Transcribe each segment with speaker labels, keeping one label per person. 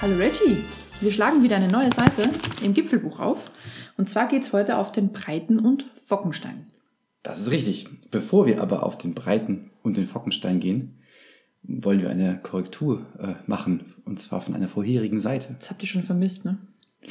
Speaker 1: Hallo Reggie, wir schlagen wieder eine neue Seite im Gipfelbuch auf. Und zwar geht es heute auf den Breiten- und Fockenstein.
Speaker 2: Das ist richtig. Bevor wir aber auf den Breiten und den Fockenstein gehen, wollen wir eine Korrektur äh, machen. Und zwar von einer vorherigen Seite.
Speaker 1: Das habt ihr schon vermisst, ne?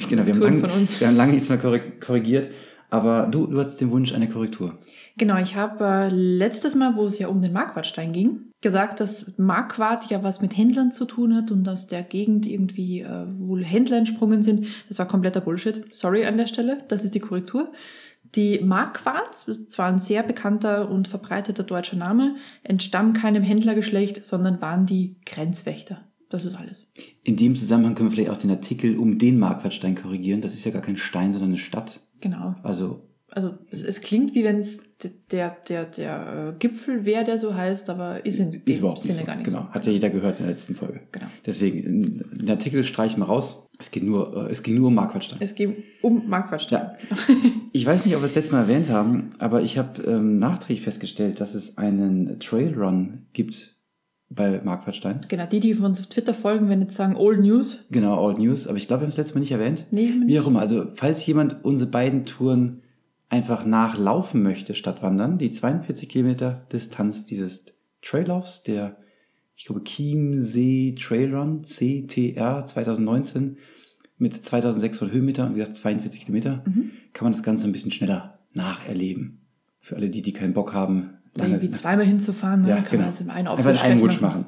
Speaker 2: Genau, wir haben,
Speaker 1: Touren
Speaker 2: lange,
Speaker 1: von uns.
Speaker 2: wir haben lange nichts mehr korrek- korrigiert. Aber du, du hattest den Wunsch einer Korrektur.
Speaker 1: Genau, ich habe äh, letztes Mal, wo es ja um den Marquardstein ging, gesagt, dass Marquard ja was mit Händlern zu tun hat und aus der Gegend irgendwie äh, wohl Händler entsprungen sind. Das war kompletter Bullshit. Sorry an der Stelle, das ist die Korrektur. Die Marquards, ist zwar ein sehr bekannter und verbreiteter deutscher Name, entstammen keinem Händlergeschlecht, sondern waren die Grenzwächter. Das ist alles.
Speaker 2: In dem Zusammenhang können wir vielleicht auch den Artikel um den Marquardstein korrigieren. Das ist ja gar kein Stein, sondern eine Stadt.
Speaker 1: Genau.
Speaker 2: Also,
Speaker 1: Also es, es klingt wie wenn es d- der, der, der äh, Gipfel wäre, der so heißt, aber ist in dem
Speaker 2: ist überhaupt
Speaker 1: Sinne
Speaker 2: nicht so.
Speaker 1: gar nicht
Speaker 2: genau,
Speaker 1: so.
Speaker 2: hat ja jeder gehört in der letzten Folge.
Speaker 1: Genau.
Speaker 2: Deswegen, den Artikel streichen wir raus. Es, geht nur, äh, es ging nur um Marquardstein.
Speaker 1: Es ging um Marquardstein.
Speaker 2: Ich weiß nicht, ob wir es letztes Mal erwähnt haben, aber ich habe ähm, nachträglich festgestellt, dass es einen Trailrun gibt bei Marquardstein.
Speaker 1: Genau, die, die uns auf Twitter folgen, werden jetzt sagen, Old News.
Speaker 2: Genau, Old News, aber ich glaube, wir haben es letztes Mal nicht erwähnt.
Speaker 1: Nee, haben wir
Speaker 2: Wie
Speaker 1: nicht.
Speaker 2: auch immer, also falls jemand unsere beiden Touren einfach nachlaufen möchte statt wandern, die 42 Kilometer Distanz dieses Traillaufs, der, ich glaube, Chiemsee Trailrun, CTR 2019 mit 2600 Höhenmeter und wie gesagt 42 Kilometer,
Speaker 1: Mhm.
Speaker 2: kann man das Ganze ein bisschen schneller nacherleben. Für alle die, die keinen Bock haben,
Speaker 1: Da irgendwie zweimal hinzufahren, ne?
Speaker 2: halt, Ja,
Speaker 1: dann kann
Speaker 2: genau.
Speaker 1: man es im einen
Speaker 2: einfach in
Speaker 1: Aufwasch
Speaker 2: einem
Speaker 1: gleich
Speaker 2: Rutsch machen.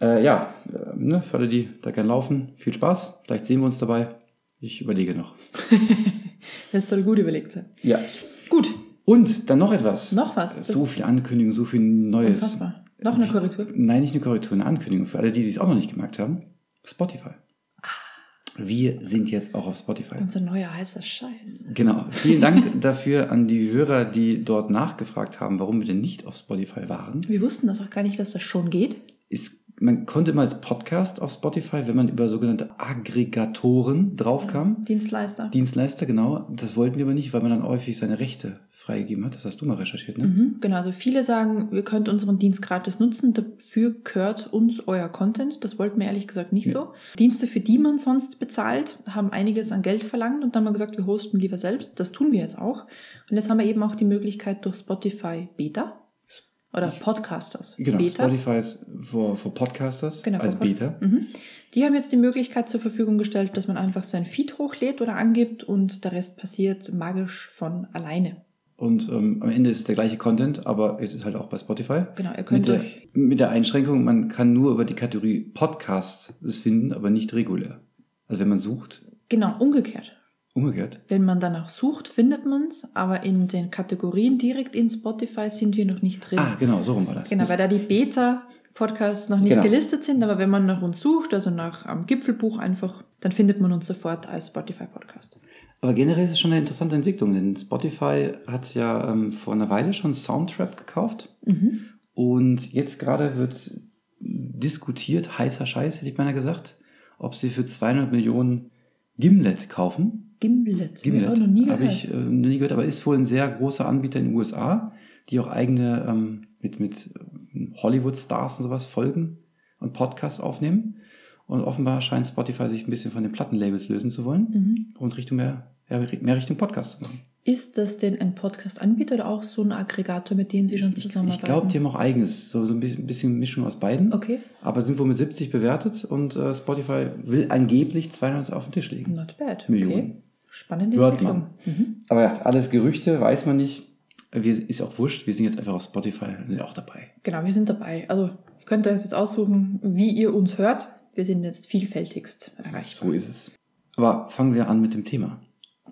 Speaker 2: Äh, ja, äh, ne, für alle die da gerne laufen, viel Spaß. Vielleicht sehen wir uns dabei. Ich überlege noch.
Speaker 1: Das soll gut überlegt sein.
Speaker 2: Ja.
Speaker 1: Gut,
Speaker 2: Und dann noch etwas.
Speaker 1: noch was. Das
Speaker 2: So
Speaker 1: ist
Speaker 2: viel Ankündigung, so viel Neues.
Speaker 1: Unfassbar. Noch eine Korrektur.
Speaker 2: Nein, nicht eine Korrektur, eine Ankündigung. Für alle, die die es auch noch nicht gemerkt haben, Spotify. Wir sind jetzt auch auf Spotify.
Speaker 1: Unser neuer heißer Scheiß.
Speaker 2: Genau. Vielen Dank dafür an die Hörer, die dort nachgefragt haben, warum wir denn nicht auf Spotify waren.
Speaker 1: Wir wussten das auch gar nicht, dass das schon geht.
Speaker 2: Ist, man konnte immer als Podcast auf Spotify, wenn man über sogenannte Aggregatoren draufkam,
Speaker 1: Mhm. Dienstleister.
Speaker 2: Dienstleister, genau, das wollten wir aber nicht, weil man dann häufig seine Rechte freigegeben hat. Das hast du mal recherchiert, ne?
Speaker 1: Mhm, genau, also viele sagen, ihr könnt unseren Dienst gratis nutzen, dafür gehört uns euer Content. Das wollten wir ehrlich gesagt nicht
Speaker 2: Nee.
Speaker 1: so. Dienste, für die man sonst bezahlt, haben einiges an Geld verlangt und dann haben wir gesagt, wir hosten lieber selbst. Das tun wir jetzt auch. Und jetzt haben wir eben auch die Möglichkeit durch Spotify Beta oder
Speaker 2: Ich-
Speaker 1: Podcasters
Speaker 2: Genau,
Speaker 1: Beta.
Speaker 2: Spotify ist for, for Podcasters
Speaker 1: Genau,
Speaker 2: als
Speaker 1: for Pod-
Speaker 2: Beta.
Speaker 1: Mhm. Die haben jetzt die Möglichkeit zur Verfügung gestellt, dass man einfach sein Feed hochlädt oder angibt und der Rest passiert magisch von alleine.
Speaker 2: Und ähm, am Ende ist es der gleiche Content, aber es ist halt auch bei Spotify.
Speaker 1: Genau, ihr
Speaker 2: Mit
Speaker 1: könnt
Speaker 2: der,
Speaker 1: euch
Speaker 2: mit der Einschränkung, man kann nur über die Kategorie Podcasts es finden, aber nicht regulär. Also wenn man sucht,
Speaker 1: genau umgekehrt.
Speaker 2: umgekehrt.
Speaker 1: Wenn man danach sucht, findet man es, aber in den Kategorien direkt in Spotify sind wir noch nicht drin.
Speaker 2: Ah, genau, so rum war das.
Speaker 1: genau, weil da die Beta-Podcasts noch nicht
Speaker 2: Genau.
Speaker 1: gelistet sind, aber wenn man nach uns sucht, also nach am Gipfelbuch einfach, dann findet man uns sofort als Spotify-Podcast.
Speaker 2: aber generell ist es schon eine interessante Entwicklung, denn Spotify hat ja ähm, vor einer Weile schon Soundtrap gekauft
Speaker 1: Mhm.
Speaker 2: und jetzt gerade wird diskutiert, heißer Scheiß, hätte ich beinahe gesagt, ob sie für 200 Millionen Gimlet kaufen.
Speaker 1: Gimlet.
Speaker 2: Gimlet.
Speaker 1: Hab ich auch noch nie
Speaker 2: Habe
Speaker 1: gehört.
Speaker 2: ich äh, noch nie gehört, aber ist wohl ein sehr großer Anbieter in den USA, die auch eigene ähm, mit, mit ähm, Hollywood-Stars und sowas folgen und Podcasts aufnehmen. Und offenbar scheint Spotify sich ein bisschen von den Plattenlabels lösen zu wollen
Speaker 1: Mhm.
Speaker 2: und Richtung mehr, ja, mehr Richtung Podcasts zu machen.
Speaker 1: Ist das denn ein Podcast-Anbieter oder auch so ein Aggregator, mit dem Sie schon
Speaker 2: Ich-
Speaker 1: zusammenarbeiten?
Speaker 2: Ich glaube, die haben auch eigenes, so, so ein bisschen- bisschen Mischung aus beiden.
Speaker 1: Okay,
Speaker 2: Aber sind wohl mit 70 bewertet und äh, Spotify will angeblich 200 auf den Tisch legen.
Speaker 1: not bad. Okay.
Speaker 2: Millionen.
Speaker 1: Spannende
Speaker 2: Hört
Speaker 1: Entwicklung. Mhm.
Speaker 2: Aber ja, alles Gerüchte, weiß man nicht. Wir, ist auch wurscht, wir sind jetzt einfach auf Spotify, sind auch dabei.
Speaker 1: Genau, wir sind dabei. Also ihr könnt euch jetzt aussuchen, wie ihr uns hört. Wir sind jetzt vielfältigst erreichbar.
Speaker 2: So ist es. Aber fangen wir an mit dem Thema.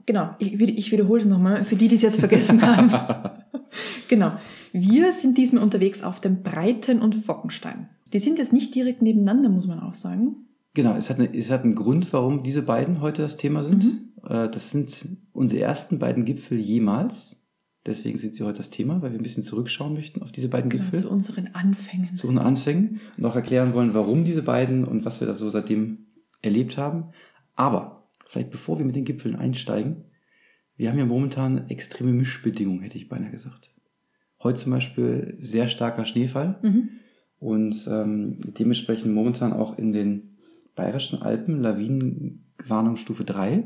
Speaker 1: Genau, ich, wid- ich wiederhole es nochmal für die, die es jetzt vergessen haben. Genau, wir sind diesmal unterwegs auf dem Breiten- und Fockenstein. Die sind jetzt nicht direkt nebeneinander, muss man auch sagen.
Speaker 2: Genau, es hat, eine, es hat einen Grund, warum diese beiden heute das Thema sind.
Speaker 1: Mhm.
Speaker 2: Äh, das sind unsere ersten beiden Gipfel jemals. Deswegen sind sie heute das Thema, weil wir ein bisschen zurückschauen möchten auf diese beiden
Speaker 1: Genau,
Speaker 2: Gipfel.
Speaker 1: zu unseren Anfängen.
Speaker 2: zu unseren Anfängen und auch erklären wollen, warum diese beiden und was wir da so seitdem erlebt haben. Aber vielleicht bevor wir mit den Gipfeln einsteigen, wir haben ja momentan extreme Mischbedingungen, hätte ich beinahe gesagt. Heute zum Beispiel sehr starker Schneefall
Speaker 1: Mhm.
Speaker 2: und ähm, dementsprechend momentan auch in den Bayerischen Alpen, Lawinenwarnung Stufe 3.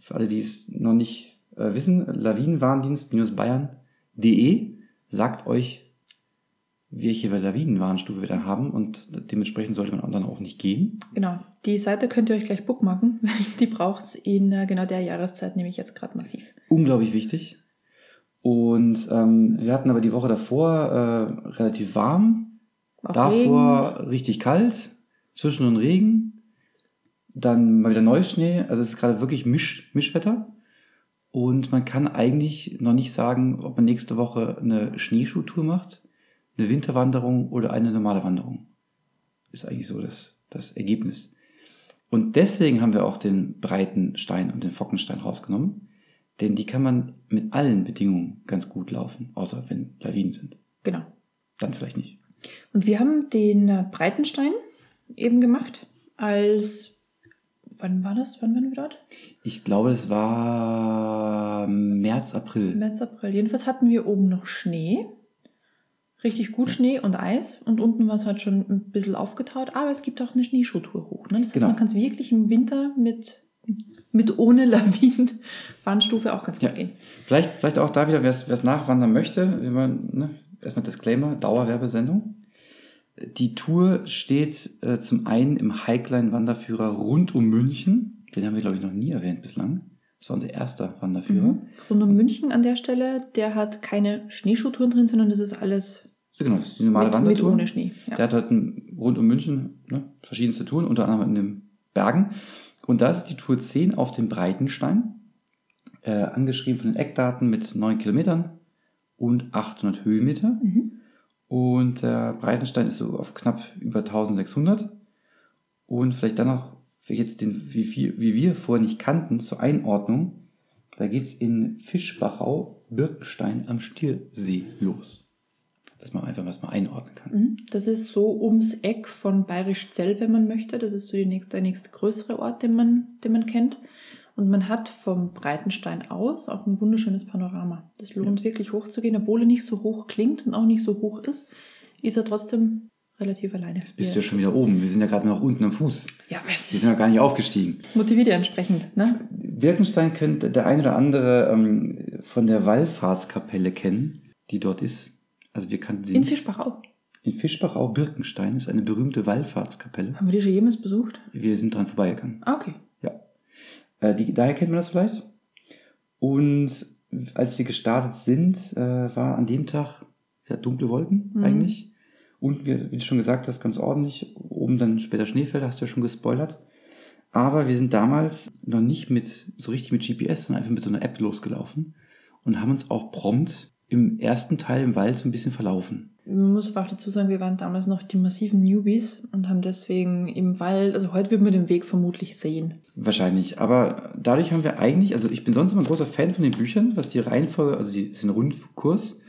Speaker 2: Für alle, die es noch nicht äh, wissen, Lawinenwarndienst-bayern.de E sagt euch, welche Lawinenwarnstufe wir da haben und dementsprechend sollte man dann auch nicht gehen.
Speaker 1: Genau. Die Seite könnt ihr euch gleich bookmarken, weil die braucht es in äh, genau der Jahreszeit, nämlich jetzt gerade massiv.
Speaker 2: Unglaublich wichtig. Und ähm, wir hatten aber die Woche davor äh, relativ warm,
Speaker 1: Auch
Speaker 2: davor richtig kalt, zwischen und Regen, dann mal wieder Neuschnee. Also es ist gerade wirklich Misch Mischwetter. Und man kann eigentlich noch nicht sagen, ob man nächste Woche eine Schneeschuhtour macht, eine Winterwanderung oder eine normale Wanderung. Ist eigentlich so das, das Ergebnis. Und deswegen haben wir auch den breiten Stein und den Fockenstein rausgenommen. Denn die kann man mit allen Bedingungen ganz gut laufen, außer wenn Lawinen sind.
Speaker 1: Genau.
Speaker 2: Dann vielleicht nicht.
Speaker 1: Und wir haben den äh, Breitenstein eben gemacht als. Wann war das? Wann waren wir dort?
Speaker 2: Ich glaube, es war März, April.
Speaker 1: März, April. Jedenfalls hatten wir oben noch Schnee. Richtig gut Schnee und Eis. Und unten war es halt schon ein bisschen aufgetaut. Aber es gibt auch eine Schneeschuhtour hoch. Ne? Das heißt,
Speaker 2: Genau.
Speaker 1: man kann es wirklich im Winter mit, mit ohne Lawinenwarnstufe auch ganz gut
Speaker 2: Ja.
Speaker 1: gehen.
Speaker 2: Vielleicht, vielleicht auch da wieder, wer es nachwandern möchte, wenn man, ne, erstmal Disclaimer, Dauerwerbesendung. Die Tour steht äh, zum einen im Highline-Wanderführer rund um München. Den haben wir, glaube ich, noch nie erwähnt bislang. Das war unser erster Wanderführer.
Speaker 1: Mhm. Rund um München an der Stelle, der hat keine Schneeschuhtouren drin, sondern das ist alles
Speaker 2: Genau, das ist die normale
Speaker 1: mit, mit
Speaker 2: Wandertour.
Speaker 1: ohne Schnee. Ja.
Speaker 2: Der hat halt ein, rund um München ne, verschiedenste Touren, unter anderem in den Bergen. Und da ist die Tour 10 auf dem Breitenstein, äh, angeschrieben von den Eckdaten mit 9 Kilometern und 800 Höhenmeter.
Speaker 1: Mhm.
Speaker 2: Und der Breitenstein ist so auf knapp über 1600. Und vielleicht dann noch, für jetzt den, wie, viel, wie wir vorher nicht kannten, zur Einordnung, da geht's in Fischbachau, Birkenstein am Stiersee los. Dass man einfach was mal einordnen kann.
Speaker 1: Mhm. Das ist so ums Eck von Bayerisch Zell, wenn man möchte. Das ist so die nächste, der nächste größere Ort, den man, den man kennt. Und man hat vom Breitenstein aus auch ein wunderschönes Panorama. Das lohnt wirklich hochzugehen, obwohl er nicht so hoch klingt und auch nicht so hoch ist, ist er trotzdem relativ alleine.
Speaker 2: Jetzt bist du ja schon wieder oben. Wir sind ja gerade noch unten am Fuß.
Speaker 1: ja,
Speaker 2: Wir
Speaker 1: was?
Speaker 2: sind ja gar nicht aufgestiegen.
Speaker 1: Motiviert ja entsprechend, ne?
Speaker 2: Birkenstein könnte der ein oder andere ähm, von der Wallfahrtskapelle kennen, die dort ist. Also wir kannten sie
Speaker 1: In
Speaker 2: nicht.
Speaker 1: Fischbachau.
Speaker 2: In Fischbachau Birkenstein ist eine berühmte Wallfahrtskapelle.
Speaker 1: Haben wir die schon jemals besucht?
Speaker 2: Wir sind dran vorbeigegangen.
Speaker 1: Ah, okay.
Speaker 2: Äh, die, daher kennt man das vielleicht. Und als wir gestartet sind, äh, war an dem Tag ja, dunkle Wolken
Speaker 1: Mhm.
Speaker 2: eigentlich. Und wir, wie du schon gesagt hast, ganz ordentlich. Oben dann später Schneefälle, hast du ja schon gespoilert. Aber wir sind damals noch nicht mit so richtig mit GPS, sondern einfach mit so einer App losgelaufen und haben uns auch prompt im ersten Teil im Wald so ein bisschen verlaufen.
Speaker 1: Man muss aber auch dazu sagen, wir waren damals noch die massiven Newbies und haben deswegen im Wald, also heute würden wir den Weg vermutlich sehen.
Speaker 2: Wahrscheinlich. Aber dadurch haben wir eigentlich, also ich bin sonst immer ein großer Fan von den Büchern, was die Reihenfolge, also die, den Rundkurs,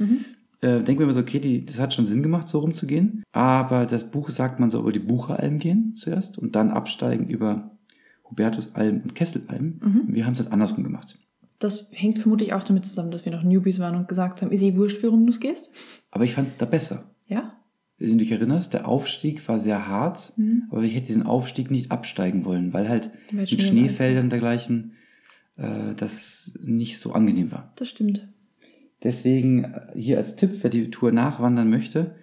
Speaker 2: äh, denken wir immer so, okay, die, das hat schon Sinn gemacht, so rumzugehen. Aber das Buch sagt, man soll über die Bucheralm gehen zuerst und dann absteigen über Hubertusalm und Kesselalm.
Speaker 1: Mhm.
Speaker 2: Wir haben es halt andersrum gemacht.
Speaker 1: Das hängt vermutlich auch damit zusammen, dass wir noch Newbies waren und gesagt haben, ist eh wurscht, worum du es gehst.
Speaker 2: Aber ich fand es da besser.
Speaker 1: Ja.
Speaker 2: Wenn du dich erinnerst, der Aufstieg war sehr hart,
Speaker 1: Mhm.
Speaker 2: aber ich hätte diesen Aufstieg nicht absteigen wollen, weil halt
Speaker 1: Weil
Speaker 2: mit
Speaker 1: Schnee-
Speaker 2: Schneefeldern und dergleichen äh, das nicht so angenehm war.
Speaker 1: Das stimmt.
Speaker 2: Deswegen äh, hier als Tipp, wer die Tour nachwandern möchte,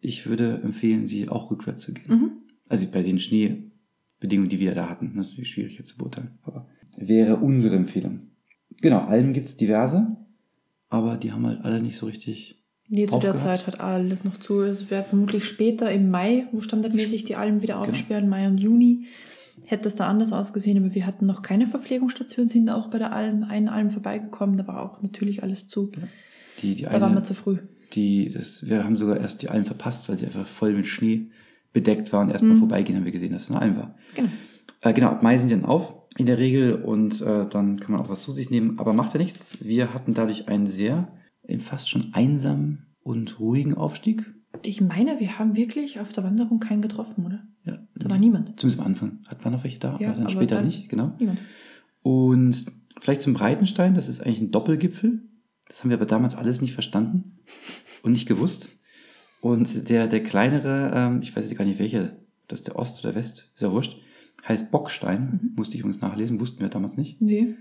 Speaker 2: ich würde empfehlen, sie auch rückwärts zu gehen.
Speaker 1: Mhm.
Speaker 2: Also bei den Schneebedingungen, die wir da hatten. Das ist natürlich schwierig jetzt zu beurteilen. Aber wäre unsere Empfehlung. Genau, Alben gibt's diverse, aber die haben halt alle nicht so richtig.
Speaker 1: Nee, zu der
Speaker 2: Aufgehabt.
Speaker 1: Zeit hat alles noch zu. Es wäre vermutlich später im Mai, wo standardmäßig die Almen wieder
Speaker 2: Genau.
Speaker 1: aufsperren, Mai und Juni. Hätte es da anders ausgesehen, aber wir hatten noch keine Verpflegungsstation, sind auch bei der Alm, einen Alm vorbeigekommen, da war auch natürlich alles zu.
Speaker 2: Die, die
Speaker 1: Da waren
Speaker 2: eine,
Speaker 1: wir zu früh.
Speaker 2: die, das, wir haben sogar erst die Alm verpasst, weil sie einfach voll mit Schnee bedeckt war und erst mal
Speaker 1: Mhm.
Speaker 2: vorbeigehen haben wir gesehen, dass es eine Alm war.
Speaker 1: Genau.
Speaker 2: Äh, genau, ab Mai sind die dann auf in der Regel und äh, dann kann man auch was zu sich nehmen, aber macht ja nichts. Wir hatten dadurch einen sehr, äh, fast schon einsamen und ruhigen Aufstieg.
Speaker 1: Ich meine, wir haben wirklich auf der Wanderung keinen getroffen, oder?
Speaker 2: Ja.
Speaker 1: Da war niemand.
Speaker 2: Zumindest am Anfang. Hat waren noch welche da,
Speaker 1: Ja,
Speaker 2: aber dann
Speaker 1: aber
Speaker 2: später
Speaker 1: dann-
Speaker 2: nicht, genau.
Speaker 1: Niemand.
Speaker 2: Und vielleicht zum Breitenstein, das ist eigentlich ein Doppelgipfel. Das haben wir aber damals alles nicht verstanden und nicht gewusst. Und der, der kleinere, ähm, ich weiß jetzt gar nicht welcher das ist der Ost oder West, ist ja wurscht, heißt Bockstein,
Speaker 1: Mhm.
Speaker 2: musste ich uns nachlesen, wussten wir damals nicht.
Speaker 1: Nee.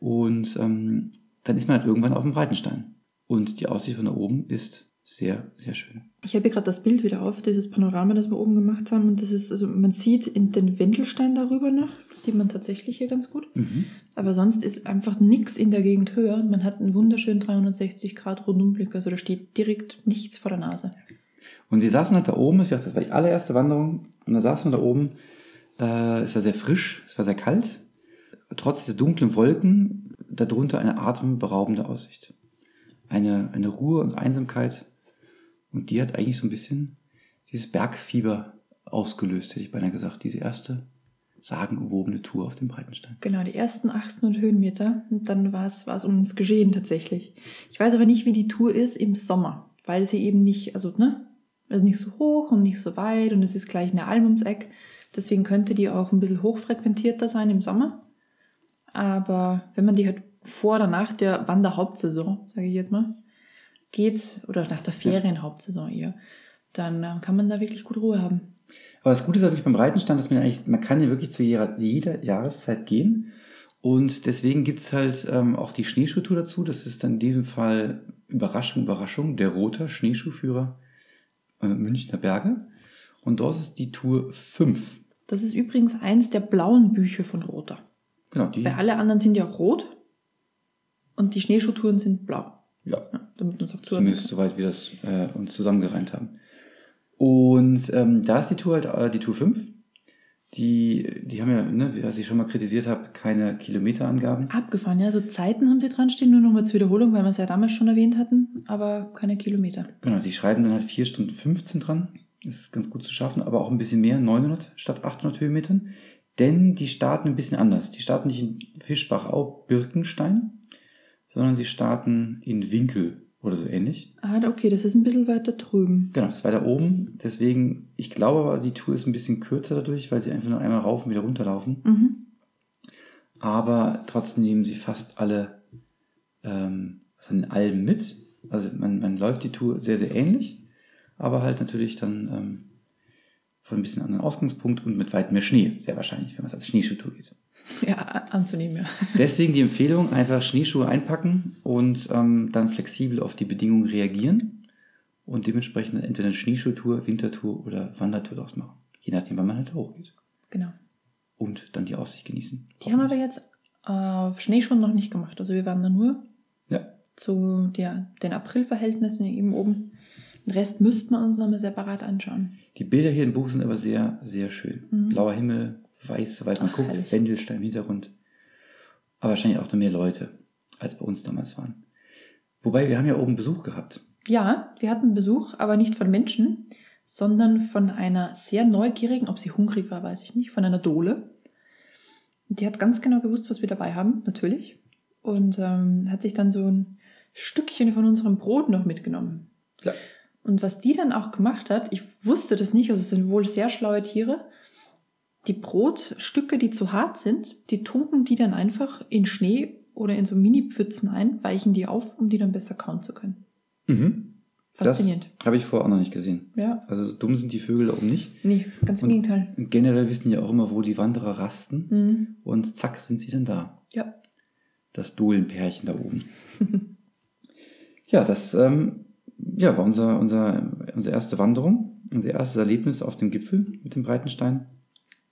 Speaker 2: Und ähm, dann ist man halt irgendwann auf dem Breitenstein. Und die Aussicht von da oben ist sehr, sehr schön.
Speaker 1: Ich habe hier gerade das Bild wieder auf, dieses Panorama, das wir oben gemacht haben. Und das ist, also man sieht in den Wendelstein darüber noch. Das sieht man tatsächlich hier ganz gut.
Speaker 2: Mhm.
Speaker 1: Aber sonst ist einfach nichts in der Gegend höher. Und Man hat einen wunderschönen 360 Grad Rundumblick. Also da steht direkt nichts vor der Nase.
Speaker 2: Und wir saßen halt da oben, ich dachte, das war die allererste Wanderung. Und da saßen wir da oben. Äh, es war sehr frisch, es war sehr kalt. Trotz der dunklen Wolken, darunter eine atemberaubende Aussicht. Eine, eine Ruhe und Einsamkeit. Und die hat eigentlich so ein bisschen dieses Bergfieber ausgelöst, hätte ich beinahe gesagt. Diese erste sagenumwobene Tour auf dem Breitenstein.
Speaker 1: Genau, die ersten 800 Höhenmeter. Und dann war es war es um uns geschehen tatsächlich. Ich weiß aber nicht, wie die Tour ist im Sommer, weil sie eben nicht, also ne, also nicht so hoch und nicht so weit und es ist gleich eine Alm ums Eck. Deswegen könnte die auch ein bisschen hochfrequentierter sein im Sommer. Aber wenn man die halt vor oder nach der Wanderhauptsaison, sage ich jetzt mal, geht, oder nach der Ferienhauptsaison eher, dann äh, kann man da wirklich gut Ruhe haben.
Speaker 2: Aber das Gute ist ja wirklich beim Breitenstand, dass man eigentlich, man kann ja wirklich zu jeder, jeder Jahreszeit gehen. Und deswegen gibt's halt ähm, auch die Schneeschuhtour dazu. Das ist dann in diesem Fall Überraschung, Überraschung, der roter Schneeschuhführer äh, Münchner Berge. Und dort ist die Tour 5.
Speaker 1: Das ist übrigens eins der blauen Bücher von Rother.
Speaker 2: Genau, die.
Speaker 1: Weil alle anderen sind ja rot und die Schneeschuhtouren sind blau.
Speaker 2: Ja,
Speaker 1: Ja, damit man es auch zuordnen
Speaker 2: zumindest
Speaker 1: kann.
Speaker 2: soweit wir das äh, uns zusammengereimt haben. Und ähm, da ist die Tour halt äh, die Tour 5. Die, die haben ja, ne, was ich schon mal kritisiert habe, keine Kilometerangaben.
Speaker 1: Abgefahren, ja. So Zeiten haben sie dran stehen, nur nochmal zur Wiederholung, weil wir es ja damals schon erwähnt hatten, aber keine Kilometer.
Speaker 2: Genau, die schreiben dann halt 4 Stunden 15 dran. Das ist ganz gut zu schaffen, aber auch ein bisschen mehr, 900 statt 800 Höhenmetern. Denn die starten ein bisschen anders. Die starten nicht in Fischbachau, Birkenstein, sondern sie starten in Winkel oder so ähnlich.
Speaker 1: Ah, okay, das ist ein bisschen weiter drüben.
Speaker 2: Genau, das war da oben. Deswegen, ich glaube aber, die Tour ist ein bisschen kürzer dadurch, weil sie einfach nur einmal rauf und wieder runterlaufen.
Speaker 1: Mhm.
Speaker 2: aber trotzdem nehmen sie fast alle ähm, von den Alben mit. Also man, man läuft die Tour sehr, sehr ähnlich, aber halt natürlich dann ähm, von ein bisschen anderen Ausgangspunkt und mit weit mehr Schnee, sehr wahrscheinlich, wenn man es als Schneeschuhtour geht.
Speaker 1: Ja, a- anzunehmen, ja.
Speaker 2: Deswegen die Empfehlung, einfach Schneeschuhe einpacken und ähm, dann flexibel auf die Bedingungen reagieren und dementsprechend entweder eine Schneeschuhtour, Wintertour oder Wandertour draus machen. Je nachdem, wann man halt hochgeht.
Speaker 1: Genau.
Speaker 2: Und dann die Aussicht genießen.
Speaker 1: Die haben aber jetzt äh, auf Schneeschuhen noch nicht gemacht. Also wir waren da nur
Speaker 2: Ja.
Speaker 1: zu der, den Aprilverhältnissen eben oben. Den Rest müsste man uns nochmal separat anschauen.
Speaker 2: Die Bilder hier im Buch sind aber sehr, sehr schön.
Speaker 1: Mhm.
Speaker 2: Blauer Himmel, weiß, soweit man
Speaker 1: Ach,
Speaker 2: guckt,
Speaker 1: herrlich.
Speaker 2: Wendelstein im Hintergrund. Aber wahrscheinlich auch noch mehr Leute, als bei uns damals waren. Wobei, wir haben ja oben Besuch gehabt.
Speaker 1: Ja, wir hatten Besuch, aber nicht von Menschen, sondern von einer sehr neugierigen, ob sie hungrig war, weiß ich nicht, von einer Dole. Und Die hat ganz genau gewusst, was wir dabei haben, natürlich. Und ähm, hat sich dann so ein Stückchen von unserem Brot noch mitgenommen.
Speaker 2: Ja.
Speaker 1: Und was die dann auch gemacht hat, ich wusste das nicht, also es sind wohl sehr schlaue Tiere. Die Brotstücke, die zu hart sind, die tunken die dann einfach in Schnee oder in so Mini-Pfützen ein, weichen die auf, um die dann besser kauen zu können.
Speaker 2: Mhm.
Speaker 1: Faszinierend.
Speaker 2: Das habe ich vorher auch noch nicht gesehen.
Speaker 1: Ja,
Speaker 2: Also so dumm sind die Vögel da oben nicht.
Speaker 1: nee, ganz im
Speaker 2: Und-
Speaker 1: Gegenteil.
Speaker 2: Und generell wissen die auch immer, wo die Wanderer rasten.
Speaker 1: Mhm.
Speaker 2: Und zack, sind sie dann da.
Speaker 1: Ja.
Speaker 2: Das Dohlenpärchen da oben. ja, das ähm, ja, war unser, unser, unsere erste Wanderung, unser erstes Erlebnis auf dem Gipfel mit dem Breitenstein.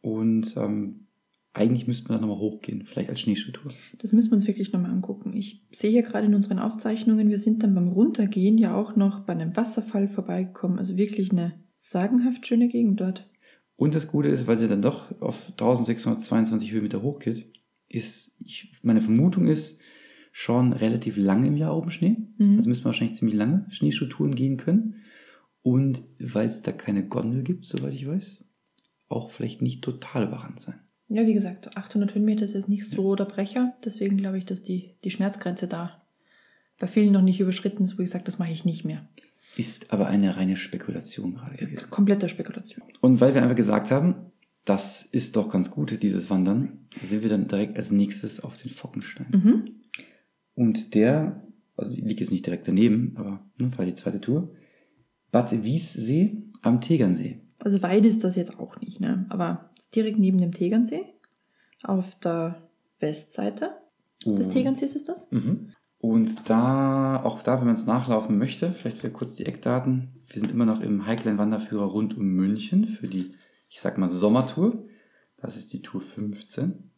Speaker 2: Und ähm, eigentlich müsste man da nochmal hochgehen, vielleicht als Schneeschuhtour.
Speaker 1: Das müssen wir uns wirklich nochmal angucken. Ich sehe hier gerade in unseren Aufzeichnungen, wir sind dann beim Runtergehen ja auch noch bei einem Wasserfall vorbeigekommen. Also wirklich eine sagenhaft schöne Gegend dort.
Speaker 2: Und das Gute ist, weil sie dann doch auf 1622 Höhenmeter hochgeht, ist, ich, meine Vermutung ist, schon relativ lange im Jahr oben Schnee.
Speaker 1: Mhm.
Speaker 2: Also müssen wir wahrscheinlich ziemlich lange Schneeschuhtouren gehen können. Und weil es da keine Gondel gibt, soweit ich weiß, auch vielleicht nicht total überrannt sein.
Speaker 1: ja, wie gesagt, 800 Höhenmeter ist jetzt nicht so der Brecher. Deswegen glaube ich, dass die, die Schmerzgrenze da bei vielen noch nicht überschritten ist, wo ich sage, das mache ich nicht mehr.
Speaker 2: Ist aber eine reine Spekulation gerade gewesen.
Speaker 1: Kompletter Spekulation.
Speaker 2: Und weil wir einfach gesagt haben, das ist doch ganz gut, dieses Wandern, sind wir dann direkt als nächstes auf den Fockenstein.
Speaker 1: Mhm.
Speaker 2: Und der, also die liegt jetzt nicht direkt daneben, aber ne, war die zweite Tour, Bad Wiessee am Tegernsee.
Speaker 1: Also weit ist das jetzt auch nicht, ne? Aber es ist direkt neben dem Tegernsee, auf der Westseite des
Speaker 2: Und-
Speaker 1: Tegernsees ist das.
Speaker 2: Mhm. Und da, auch da, wenn man es nachlaufen möchte, vielleicht wieder kurz die Eckdaten. Wir sind immer noch im Highline Wanderführer rund um München für die, ich sag mal, Sommertour. Das ist die Tour 15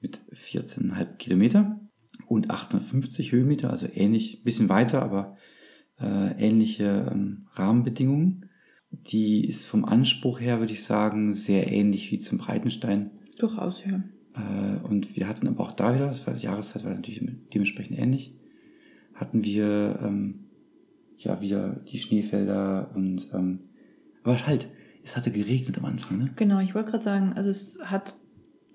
Speaker 2: mit 14,5 Kilometer und 850 Höhenmeter, also ähnlich, bisschen weiter, aber äh, ähnliche ähm, Rahmenbedingungen. Die ist vom Anspruch her, würde ich sagen, sehr ähnlich wie zum Breitenstein.
Speaker 1: Durchaus, ja.
Speaker 2: Äh, und wir hatten aber auch da wieder, das war die Jahreszeit war natürlich dementsprechend ähnlich, hatten wir ähm, ja wieder die Schneefelder und ähm, aber halt, es hatte geregnet am Anfang, ne?
Speaker 1: Genau, ich wollte gerade sagen, also es hat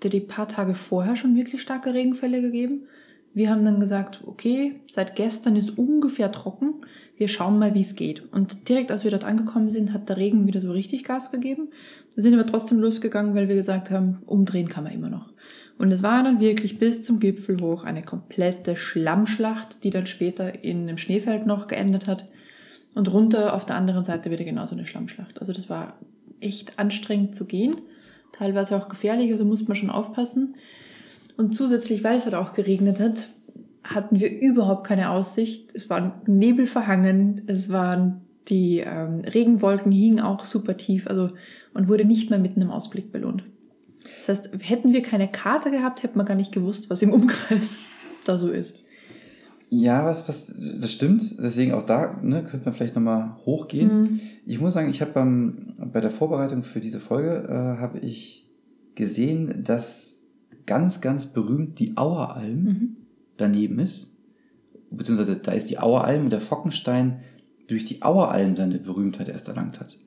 Speaker 1: dir die paar Tage vorher schon wirklich starke Regenfälle gegeben. Wir haben dann gesagt, okay, seit gestern ist ungefähr trocken, wir schauen mal, wie es geht. Und direkt als wir dort angekommen sind, hat der Regen wieder so richtig Gas gegeben. Wir sind aber trotzdem losgegangen, weil wir gesagt haben, umdrehen kann man immer noch. Und es war dann wirklich bis zum Gipfel hoch eine komplette Schlammschlacht, die dann später in einem Schneefeld noch geendet hat. Und runter auf der anderen Seite wieder genauso eine Schlammschlacht. Also das war echt anstrengend zu gehen, teilweise auch gefährlich, also musste man schon aufpassen. Und zusätzlich, weil es halt auch geregnet hat, hatten wir überhaupt keine Aussicht. Es war Nebel verhangen, es waren die ähm, Regenwolken hingen auch super tief, also man wurde nicht mehr mit einem Ausblick belohnt. Das heißt, hätten wir keine Karte gehabt, hätte man gar nicht gewusst, was im Umkreis da so ist.
Speaker 2: Ja, was, was, das stimmt. Deswegen auch da, ne, könnte man vielleicht nochmal hochgehen.
Speaker 1: Mhm.
Speaker 2: Ich muss sagen, ich habe beim bei der Vorbereitung für diese Folge äh, habe ich gesehen, dass ganz, ganz berühmt die Aueralm
Speaker 1: Mhm.
Speaker 2: daneben ist. Beziehungsweise da ist die Aueralm und der Fockenstein durch die Aueralm seine Berühmtheit erst erlangt hat.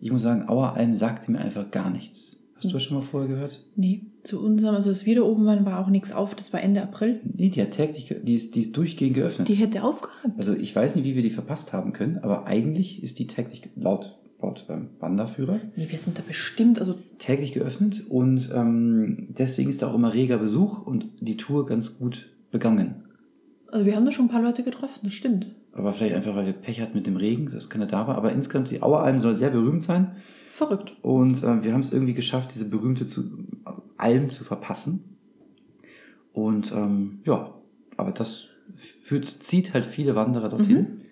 Speaker 2: Ich muss sagen, Aueralm sagte mir einfach gar nichts. Hast du das schon mal vorher gehört?
Speaker 1: Nee, zu unserem, also als wir da oben waren, war auch nichts auf, das war Ende April.
Speaker 2: Nee, die hat täglich, ge- die ist, die ist durchgehend geöffnet.
Speaker 1: Die hätte aufgehabt.
Speaker 2: also ich weiß nicht, wie wir die verpasst haben können, aber eigentlich ist die täglich, ge- laut, laut ähm, Wanderführer,
Speaker 1: Nee, wir sind da bestimmt, also
Speaker 2: täglich geöffnet und ähm, deswegen ist da auch immer reger Besuch und die Tour ganz gut begangen.
Speaker 1: Also wir haben da schon ein paar Leute getroffen, das stimmt.
Speaker 2: Aber vielleicht einfach, weil wir Pech hatten mit dem Regen, dass keiner da war. Aber insgesamt, die Aueralm soll sehr berühmt sein.
Speaker 1: Verrückt.
Speaker 2: Und äh, wir haben es irgendwie geschafft, diese berühmte zu, Alm zu verpassen. Und ähm, ja, aber das führt, zieht halt viele Wanderer dorthin.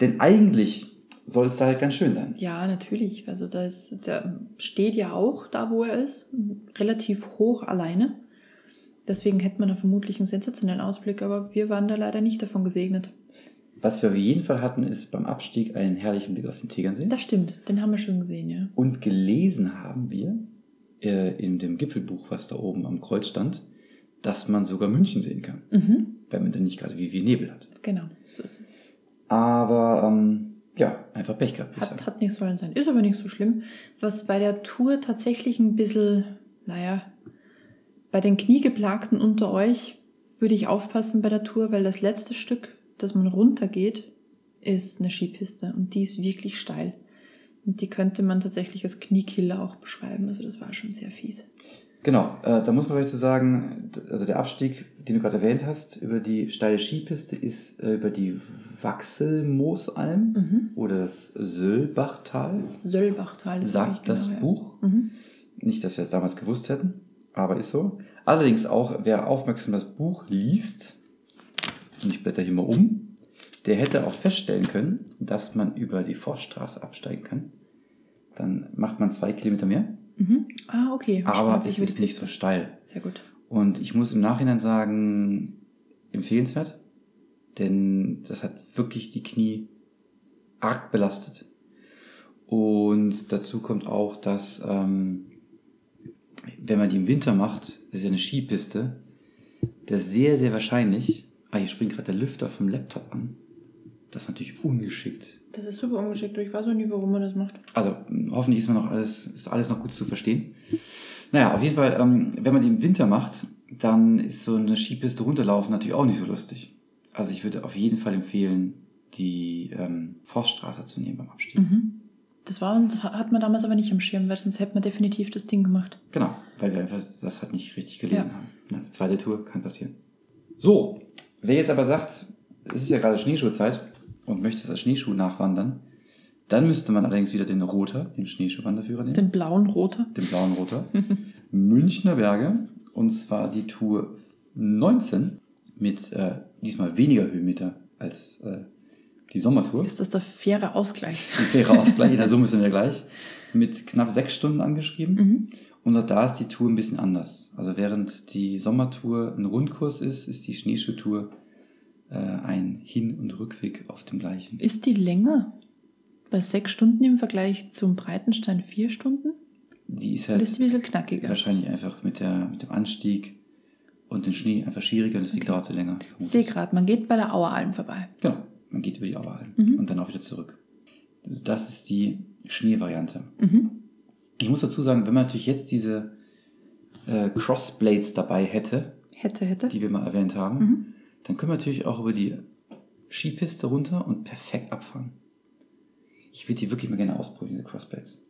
Speaker 2: Denn eigentlich soll es da halt ganz schön sein.
Speaker 1: Ja, natürlich. Also da ist, der steht ja auch da, wo er ist, relativ hoch alleine. Deswegen hätte man da vermutlich einen sensationellen Ausblick, aber wir waren da leider nicht davon gesegnet.
Speaker 2: Was wir auf jeden Fall hatten, ist beim Abstieg einen herrlichen Blick auf den Tegernsee.
Speaker 1: Das stimmt, den haben wir schon gesehen, ja.
Speaker 2: Und gelesen haben wir äh, in dem Gipfelbuch, was da oben am Kreuz stand, dass man sogar München sehen kann,
Speaker 1: Mhm,
Speaker 2: wenn man dann nicht gerade wie viel Nebel hat.
Speaker 1: genau, so ist es.
Speaker 2: Aber ähm, ja, einfach Pech gehabt. würde ich
Speaker 1: Hat,
Speaker 2: sagen.
Speaker 1: hat nicht sollen sein. Ist aber nicht so schlimm. Was bei der Tour tatsächlich ein bisschen, naja, bei den Kniegeplagten unter euch würde ich aufpassen bei der Tour, weil das letzte Stück, das man runtergeht, ist eine Skipiste und die ist wirklich steil. Und die könnte man tatsächlich als Kniekiller auch beschreiben. Also das war schon sehr fies.
Speaker 2: Genau, äh, da muss man vielleicht so sagen, d- also der Abstieg, den du gerade erwähnt hast, über die steile Skipiste ist äh, über die Wachselmoosalm
Speaker 1: Mhm.
Speaker 2: oder das Sölbachtal,
Speaker 1: Söllbachtal ist
Speaker 2: sagt
Speaker 1: wirklich
Speaker 2: das
Speaker 1: genau, ja.
Speaker 2: Buch.
Speaker 1: Mhm.
Speaker 2: Nicht, dass wir es damals gewusst hätten, aber ist so. Allerdings auch, wer aufmerksam das Buch liest, und ich blätter hier mal um, der hätte auch feststellen können, dass man über die Forststraße absteigen kann. Dann macht man zwei Kilometer mehr,
Speaker 1: Mhm. Ah, okay.
Speaker 2: aber
Speaker 1: Spart sich
Speaker 2: es
Speaker 1: wieder
Speaker 2: ist nicht so
Speaker 1: Piste.
Speaker 2: steil.
Speaker 1: Sehr gut.
Speaker 2: Und ich muss im Nachhinein sagen, empfehlenswert, denn das hat wirklich die Knie arg belastet. Und dazu kommt auch, dass ähm, wenn man die im Winter macht, das ist ja eine Skipiste, das sehr, sehr wahrscheinlich, ah, hier springt gerade der Lüfter vom Laptop an, das ist natürlich ungeschickt.
Speaker 1: Das ist super ungeschickt. Ich weiß auch nie, warum man das macht.
Speaker 2: Also mh, hoffentlich ist man noch alles, ist alles noch gut zu verstehen. Naja, auf jeden Fall, ähm, wenn man die im Winter macht, dann ist so eine Skipiste runterlaufen natürlich auch nicht so lustig. Also ich würde auf jeden Fall empfehlen, die ähm, Forststraße zu nehmen beim Abstieg.
Speaker 1: Mhm. Das war uns, hat man damals aber nicht am Schirm, weil sonst hätte man definitiv das Ding gemacht.
Speaker 2: Genau, weil wir einfach das halt nicht richtig gelesen haben. Na, zweite Tour kann passieren. So, wer jetzt aber sagt, es ist ja gerade Schneeschuhzeit und möchte das Schneeschuh nachwandern, Dann müsste man allerdings wieder den Roter, den Schneeschuhwanderführer nehmen, den,
Speaker 1: Den blauen Roter.
Speaker 2: blauen Roter. Münchner Berge. Und zwar die Tour 19 mit äh, diesmal weniger Höhenmeter als äh, die Sommertour.
Speaker 1: Ist das der faire Ausgleich?
Speaker 2: Ein fairer Ausgleich, in der Summe sind wir gleich. Mit knapp sechs Stunden angeschrieben.
Speaker 1: Mhm.
Speaker 2: Und auch da ist die Tour ein bisschen anders. Also während die Sommertour ein Rundkurs ist, ist die Schneeschuhtour äh, ein Hin- und Rückweg auf dem gleichen.
Speaker 1: Ist die länger? Bei sechs Stunden im Vergleich zum Breitenstein vier Stunden?
Speaker 2: Die ist
Speaker 1: Oder
Speaker 2: halt
Speaker 1: ist die ein bisschen knackiger?
Speaker 2: wahrscheinlich einfach mit, der, mit dem Anstieg und dem Schnee einfach schwieriger und deswegen
Speaker 1: Okay.
Speaker 2: dauert sie länger. vermutlich.
Speaker 1: Seegrad, man geht bei der Aueralm vorbei.
Speaker 2: Genau, man geht über die Aueralm
Speaker 1: Mhm.
Speaker 2: und dann auch wieder zurück. Also Das ist die Schneevariante.
Speaker 1: Mhm.
Speaker 2: Ich muss dazu sagen, wenn man natürlich jetzt diese äh, Crossblades dabei hätte,
Speaker 1: Hätte, hätte.
Speaker 2: die wir mal erwähnt haben,
Speaker 1: Mhm.
Speaker 2: dann können wir natürlich auch über die Skipiste runter und perfekt abfahren. Ich würde die wirklich mal gerne ausprobieren, diese Crossblades.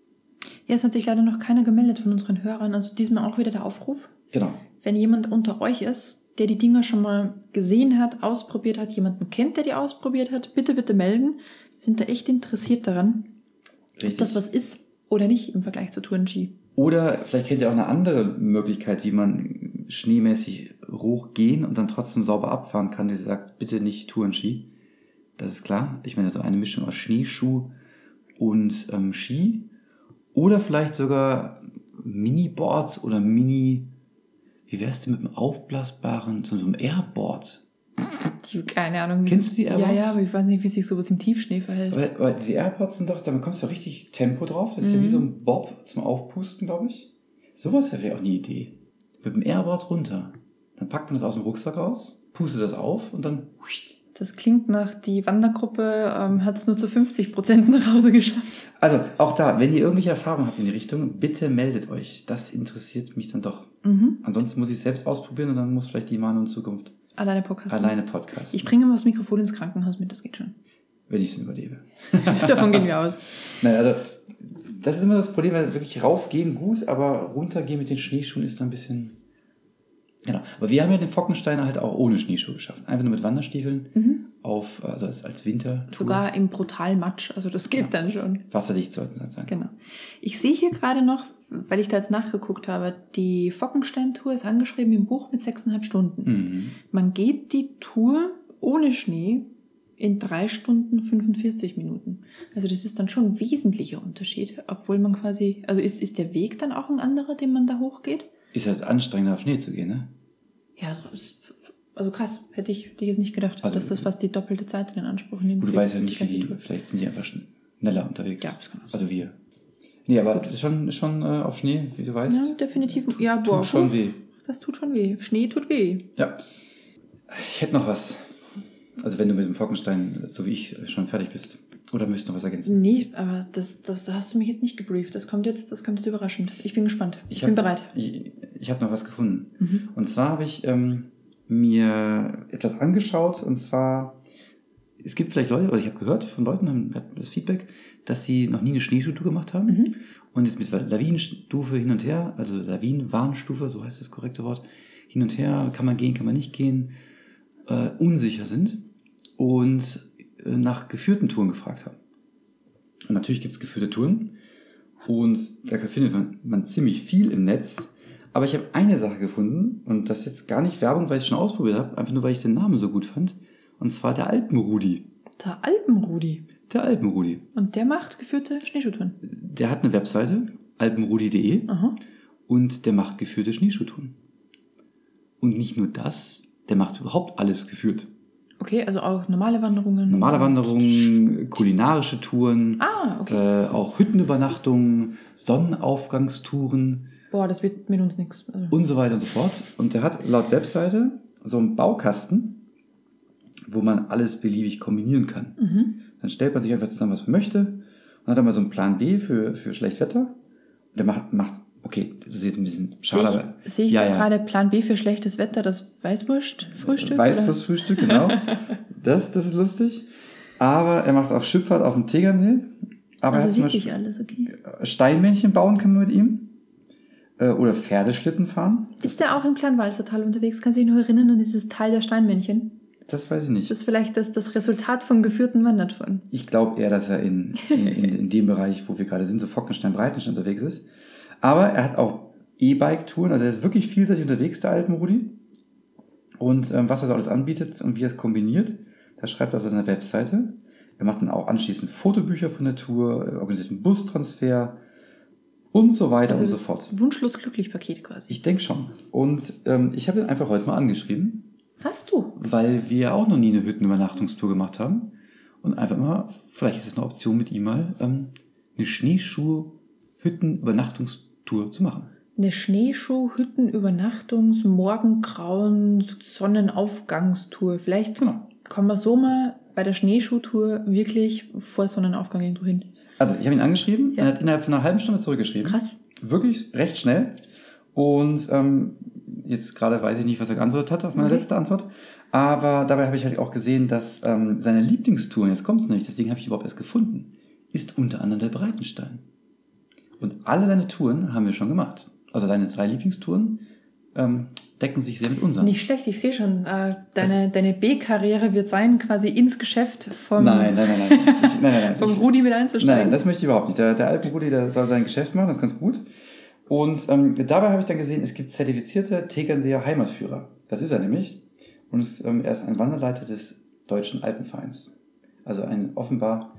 Speaker 1: Jetzt hat sich leider noch keiner gemeldet von unseren Hörern. Also diesmal auch wieder der Aufruf.
Speaker 2: Genau.
Speaker 1: Wenn jemand unter euch ist, der die Dinger schon mal gesehen hat, ausprobiert hat, jemanden kennt, der die ausprobiert hat, bitte, bitte melden. Wir sind da echt interessiert daran,
Speaker 2: Richtig.
Speaker 1: ob das was ist oder nicht im Vergleich zu Tourenski.
Speaker 2: Oder vielleicht kennt ihr auch eine andere Möglichkeit, wie man schneemäßig hochgehen und dann trotzdem sauber abfahren kann, die sagt, bitte nicht Tourenski. Das ist klar. Ich meine, so eine Mischung aus Schneeschuh und ähm, Ski. Oder vielleicht sogar Mini-Boards oder Mini... Wie wär's denn mit einem aufblasbaren, so einem Airboard?
Speaker 1: Die, keine Ahnung. wie
Speaker 2: Kennst
Speaker 1: so-
Speaker 2: du die
Speaker 1: Ja,
Speaker 2: Airbox?
Speaker 1: ja, aber ich weiß nicht, wie sich sowas im Tiefschnee verhält.
Speaker 2: Aber, aber die AirPods sind doch, da bekommst du ja richtig Tempo drauf. Das ist ja
Speaker 1: Mhm.
Speaker 2: wie so ein Bob zum Aufpusten, glaube ich. Sowas wäre auch eine Idee. Mit dem Airboard runter. Dann packt man das aus dem Rucksack aus, pustet das auf und dann.
Speaker 1: Das klingt nach, die Wandergruppe ähm, hat es nur zu 50 Prozent nach Hause geschafft.
Speaker 2: Also, auch da, wenn ihr irgendwelche Erfahrungen habt in die Richtung, bitte meldet euch. Das interessiert mich dann doch.
Speaker 1: Mhm.
Speaker 2: Ansonsten muss ich es selbst ausprobieren und dann muss vielleicht die Manu in Zukunft
Speaker 1: Alleine Podcast.
Speaker 2: alleine podcasten.
Speaker 1: Ich bringe mal das Mikrofon ins Krankenhaus mit, das geht schon.
Speaker 2: wenn ich es überlebe.
Speaker 1: Davon gehen wir aus.
Speaker 2: Nein, also, das ist immer das Problem, weil wirklich raufgehen gut, aber runtergehen mit den Schneeschuhen ist dann ein bisschen. Genau. Aber wir haben ja den Fockensteiner halt auch ohne Schneeschuhe geschafft. Einfach nur mit Wanderstiefeln
Speaker 1: Mhm.
Speaker 2: auf, also als, als Winter.
Speaker 1: Sogar im brutalen Matsch, also das geht
Speaker 2: Ja.
Speaker 1: dann schon.
Speaker 2: Wasserdicht sollten sie halt sein.
Speaker 1: Genau. Ich sehe hier gerade noch, weil ich da jetzt nachgeguckt habe, die Fockenstein-Tour ist angeschrieben im Buch mit sechseinhalb Stunden.
Speaker 2: Mhm.
Speaker 1: Man geht die Tour ohne Schnee in drei Stunden 45 Minuten. Also das ist dann schon ein wesentlicher Unterschied, obwohl man quasi, also ist, ist der Weg dann auch ein anderer, den man da hochgeht?
Speaker 2: Ist halt anstrengender, auf Schnee zu gehen, ne?
Speaker 1: Ja, also ist- also krass, hätte ich, hätte ich jetzt nicht gedacht,
Speaker 2: Also-
Speaker 1: dass das fast die doppelte Zeit in Anspruch nimmt.
Speaker 2: Gut, du
Speaker 1: für
Speaker 2: weißt ja
Speaker 1: die
Speaker 2: nicht, wie
Speaker 1: gleiche
Speaker 2: die,
Speaker 1: Tour.
Speaker 2: vielleicht sind die einfach schneller unterwegs.
Speaker 1: Ja, das kann auch sein.
Speaker 2: Also wir. Nee, aber das ist schon, schon äh, auf Schnee, wie du weißt.
Speaker 1: Ja, definitiv. Ja, boah,
Speaker 2: Tut schon
Speaker 1: huh,
Speaker 2: weh.
Speaker 1: das tut schon weh. Schnee tut weh.
Speaker 2: Ja. Ich hätte noch was. Also wenn du mit dem Fockenstein, so wie ich, schon fertig bist. Oder möchtest du noch was ergänzen?
Speaker 1: Nee, aber das, das, da hast du mich jetzt nicht gebrieft. Das kommt jetzt, das kommt jetzt überraschend. Ich bin gespannt. Ich, bin
Speaker 2: hab-
Speaker 1: bereit.
Speaker 2: Ich, ich habe noch was gefunden.
Speaker 1: Mhm.
Speaker 2: Und zwar habe ich ähm, mir etwas angeschaut. Und zwar, es gibt vielleicht Leute, oder ich habe gehört von Leuten, haben hat das Feedback, dass sie noch nie eine Schneeschuhtour gemacht haben.
Speaker 1: Mhm.
Speaker 2: Und jetzt mit Lawinenstufe hin und her, also Lawinenwarnstufe, so heißt das korrekte Wort, hin und her, kann man gehen, kann man nicht gehen, äh, unsicher sind und äh, nach geführten Touren gefragt haben. Und natürlich gibt's geführte Touren und da findet man, man ziemlich viel im Netz. Aber ich habe eine Sache gefunden und das ist jetzt gar nicht Werbung, weil ich es schon ausprobiert habe, einfach nur weil ich den Namen so gut fand. Und zwar der Alpenrudi.
Speaker 1: Der Alpenrudi.
Speaker 2: Der Alpenrudi.
Speaker 1: Und der macht geführte Schneeschuhtouren.
Speaker 2: Der hat eine Webseite, alpenrudi.de.
Speaker 1: Aha.
Speaker 2: und der macht geführte Schneeschuhtouren. Und nicht nur das, der macht überhaupt alles geführt.
Speaker 1: Okay, also auch normale Wanderungen.
Speaker 2: Normale Wanderungen, kulinarische Touren,
Speaker 1: Ah, okay.
Speaker 2: äh, auch Hüttenübernachtungen, Sonnenaufgangstouren
Speaker 1: Boah, das wird mit uns nichts. Also,
Speaker 2: Äh. und so weiter und so fort. Und der hat laut Webseite so einen Baukasten, wo man alles beliebig kombinieren kann.
Speaker 1: mhm.
Speaker 2: Dann stellt man sich einfach zusammen, was man möchte. Und hat dann mal so einen Plan B für, für schlecht Wetter. Und der macht, macht, okay, das ist jetzt ein bisschen schade, aber
Speaker 1: Sehe ich, sehe ich
Speaker 2: Ja,
Speaker 1: da
Speaker 2: ja.
Speaker 1: gerade Plan B für schlechtes Wetter, das Weißwurst-Frühstück? oder?
Speaker 2: Weißwurstfrühstück, genau. Das, das ist lustig. Aber er macht auch Schifffahrt auf dem Tegernsee. Aber er hat
Speaker 1: Also
Speaker 2: zum
Speaker 1: wirklich
Speaker 2: Beispiel
Speaker 1: alles, okay.
Speaker 2: Steinmännchen bauen kann man mit ihm. Äh, Oder Pferdeschlitten fahren.
Speaker 1: Ist der auch im Kleinwalsertal unterwegs? Kannst du dich noch erinnern an dieses Tal der Steinmännchen?
Speaker 2: Das weiß ich nicht.
Speaker 1: Das ist vielleicht das, das Resultat von geführten Wandernfahren.
Speaker 2: Ich glaube eher, dass er in, in, in, in dem Bereich, wo wir gerade sind, so Fockenstein, Breitenstein unterwegs ist. Aber er hat auch E-Bike-Touren, also er ist wirklich vielseitig unterwegs, der Alpenrudi. Und ähm, was er so alles anbietet und wie er es kombiniert, das schreibt er auf seiner Webseite. Er macht dann auch anschließend Fotobücher von der Tour, er organisiert einen Bustransfer und so weiter
Speaker 1: Also
Speaker 2: und so
Speaker 1: das
Speaker 2: fort.
Speaker 1: Wunschlos glücklich Paket quasi.
Speaker 2: Ich denke schon. Und ähm, ich habe ihn einfach heute mal angeschrieben
Speaker 1: Hast du?
Speaker 2: weil wir auch noch nie eine Hüttenübernachtungstour gemacht haben. Und einfach mal, vielleicht ist es eine Option mit ihm mal, ähm, eine Schneeschuh-Hüttenübernachtungstour zu machen.
Speaker 1: Eine Schneeschuh, Hüttenübernachtungs, Morgengrauen, Sonnenaufgangstour. Vielleicht
Speaker 2: Genau.
Speaker 1: kommen wir so mal bei der Schneeschuhtour wirklich vor Sonnenaufgang irgendwo hin.
Speaker 2: Also, ich habe ihn angeschrieben,
Speaker 1: Ja.
Speaker 2: er hat innerhalb von einer halben Stunde zurückgeschrieben.
Speaker 1: Krass.
Speaker 2: Wirklich recht schnell. Und ähm, jetzt gerade weiß ich nicht, was er geantwortet hat auf meine
Speaker 1: Okay.
Speaker 2: letzte Antwort. Aber dabei habe ich halt auch gesehen, dass ähm, seine Lieblingstouren, jetzt kommt es nicht, deswegen habe ich ihn überhaupt erst gefunden, ist unter anderem der Breitenstein. Und alle deine Touren haben wir schon gemacht. Also deine drei Lieblingstouren ähm, decken sich sehr mit unseren.
Speaker 1: Nicht schlecht, ich sehe schon. Äh, deine deine B-Karriere wird sein, quasi ins Geschäft vom,
Speaker 2: nein, nein, nein, nein. Ich, nein, nein, nein.
Speaker 1: vom
Speaker 2: Ich-
Speaker 1: Rudi
Speaker 2: Nein,
Speaker 1: mit
Speaker 2: nein,
Speaker 1: einzusteigen.
Speaker 2: das möchte ich überhaupt nicht. Der, der Alpenrudi, der soll sein Geschäft machen, das ist ganz gut. Und ähm, dabei habe ich dann gesehen, es gibt zertifizierte Tegernseer Heimatführer. Das ist er nämlich. Und ist, ähm, er ist ein Wanderleiter des Deutschen Alpenvereins. Also ein offenbar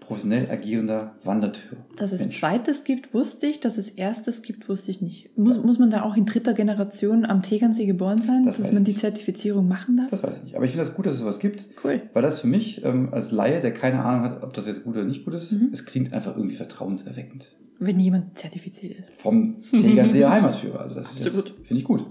Speaker 2: professionell agierender Wandertür.
Speaker 1: dass es
Speaker 2: Mensch.
Speaker 1: zweites gibt, wusste ich. Dass es erstes gibt, wusste ich nicht. Muss, muss man da auch in dritter Generation am Tegernsee geboren sein,
Speaker 2: Das
Speaker 1: dass
Speaker 2: weiß
Speaker 1: man
Speaker 2: ich
Speaker 1: die
Speaker 2: nicht.
Speaker 1: Zertifizierung machen darf?
Speaker 2: Das weiß ich nicht. Aber ich finde das gut, dass es sowas gibt,
Speaker 1: Cool.
Speaker 2: weil das für mich ähm, als Laie, der keine Ahnung hat, ob das jetzt gut oder nicht gut ist,
Speaker 1: Mhm.
Speaker 2: es klingt einfach irgendwie vertrauenserweckend.
Speaker 1: Wenn jemand zertifiziert ist.
Speaker 2: vom Tegernseer Heimatführer. Also das ist jetzt,
Speaker 1: Absolut.
Speaker 2: finde ich gut.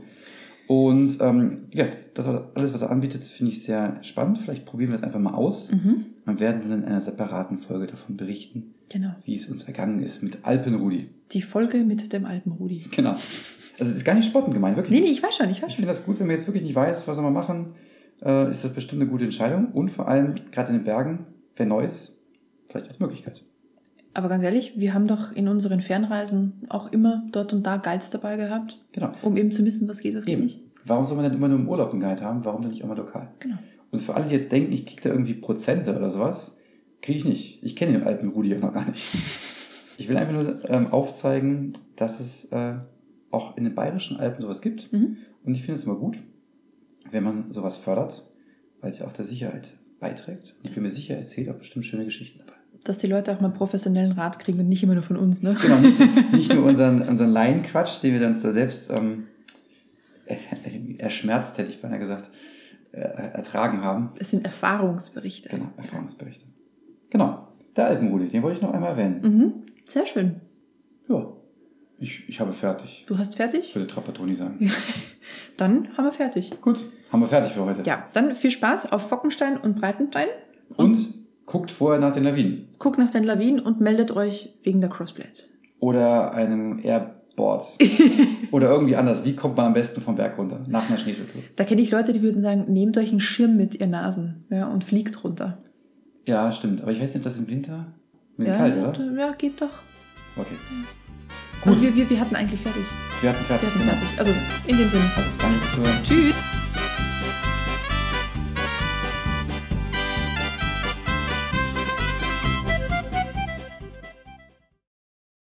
Speaker 2: Und ähm, ja, das was- alles, was er anbietet, finde ich sehr spannend. Vielleicht probieren wir das einfach mal aus
Speaker 1: Mhm.
Speaker 2: und werden dann in einer separaten Folge davon berichten,
Speaker 1: Genau.
Speaker 2: wie es uns ergangen ist mit Alpenrudi.
Speaker 1: Die Folge mit dem alten Rudi.
Speaker 2: Genau. Also es ist gar nicht spottend gemeint, wirklich.
Speaker 1: Nee, nee, ich weiß schon, ich weiß
Speaker 2: Ich
Speaker 1: schon.
Speaker 2: finde das gut, wenn man jetzt wirklich nicht weiß, was wir mal machen, äh, ist das bestimmt eine gute Entscheidung. Und vor allem, gerade in den Bergen, wer neu ist, vielleicht als Möglichkeit.
Speaker 1: Aber ganz ehrlich, wir haben doch in unseren Fernreisen auch immer dort und da Guides dabei gehabt,
Speaker 2: Genau.
Speaker 1: um eben zu wissen, was geht, was geht
Speaker 2: Eben.
Speaker 1: nicht.
Speaker 2: Warum soll man denn immer nur im Urlaub einen Guide haben? Warum denn nicht auch mal lokal?
Speaker 1: Genau.
Speaker 2: Und für alle, die jetzt denken, ich kriege da irgendwie Prozente oder sowas, kriege ich nicht. Ich kenne den alten Rudi auch noch gar nicht. Ich will einfach nur ähm, aufzeigen, dass es äh, auch in den bayerischen Alpen sowas gibt.
Speaker 1: Mhm.
Speaker 2: Und ich finde es immer gut, wenn man sowas fördert, weil es ja auch der Sicherheit beiträgt. Und ich bin mir sicher, er erzählt auch bestimmt schöne Geschichten dabei.
Speaker 1: Dass die Leute auch mal professionellen Rat kriegen und nicht immer nur von uns, ne?
Speaker 2: Genau, nicht, nicht nur unseren, unseren Laienquatsch, den wir dann da selbst ähm, äh, erschmerzt, hätte ich beinahe gesagt, äh, ertragen haben.
Speaker 1: Es sind Erfahrungsberichte.
Speaker 2: Genau, Erfahrungsberichte. Genau, der Alpenrudi, den wollte ich noch einmal erwähnen.
Speaker 1: Mhm. Sehr schön.
Speaker 2: Ja, ich, ich habe fertig.
Speaker 1: Du hast
Speaker 2: Ich
Speaker 1: fertig?
Speaker 2: würde Trapattoni sagen.
Speaker 1: Dann haben wir fertig.
Speaker 2: Gut, haben wir fertig für heute.
Speaker 1: Ja, dann viel Spaß auf Fockenstein und Breitenstein.
Speaker 2: Und guckt vorher nach den Lawinen
Speaker 1: Guckt nach den Lawinen und meldet euch wegen der Crossblades.
Speaker 2: oder einem Airboard oder irgendwie anders. Wie kommt man am besten vom Berg runter? Nach einer Schneeschuhtour.
Speaker 1: Da kenne ich Leute, die würden sagen, nehmt euch einen Schirm mit, ihr Nasen, ja, und fliegt runter.
Speaker 2: Ja, stimmt. Aber ich weiß nicht, ob das im Winter mit
Speaker 1: ja, äh,
Speaker 2: kalt, oder?
Speaker 1: Ja, geht doch.
Speaker 2: Okay.
Speaker 1: Gut.
Speaker 2: Gut,
Speaker 1: Wir, wir, wir hatten eigentlich fertig.
Speaker 2: wir hatten fertig.
Speaker 1: Wir hatten
Speaker 2: genau.
Speaker 1: fertig. Also, in dem Sinne.
Speaker 2: Also, danke fürs Zuhören.
Speaker 1: Tschüss.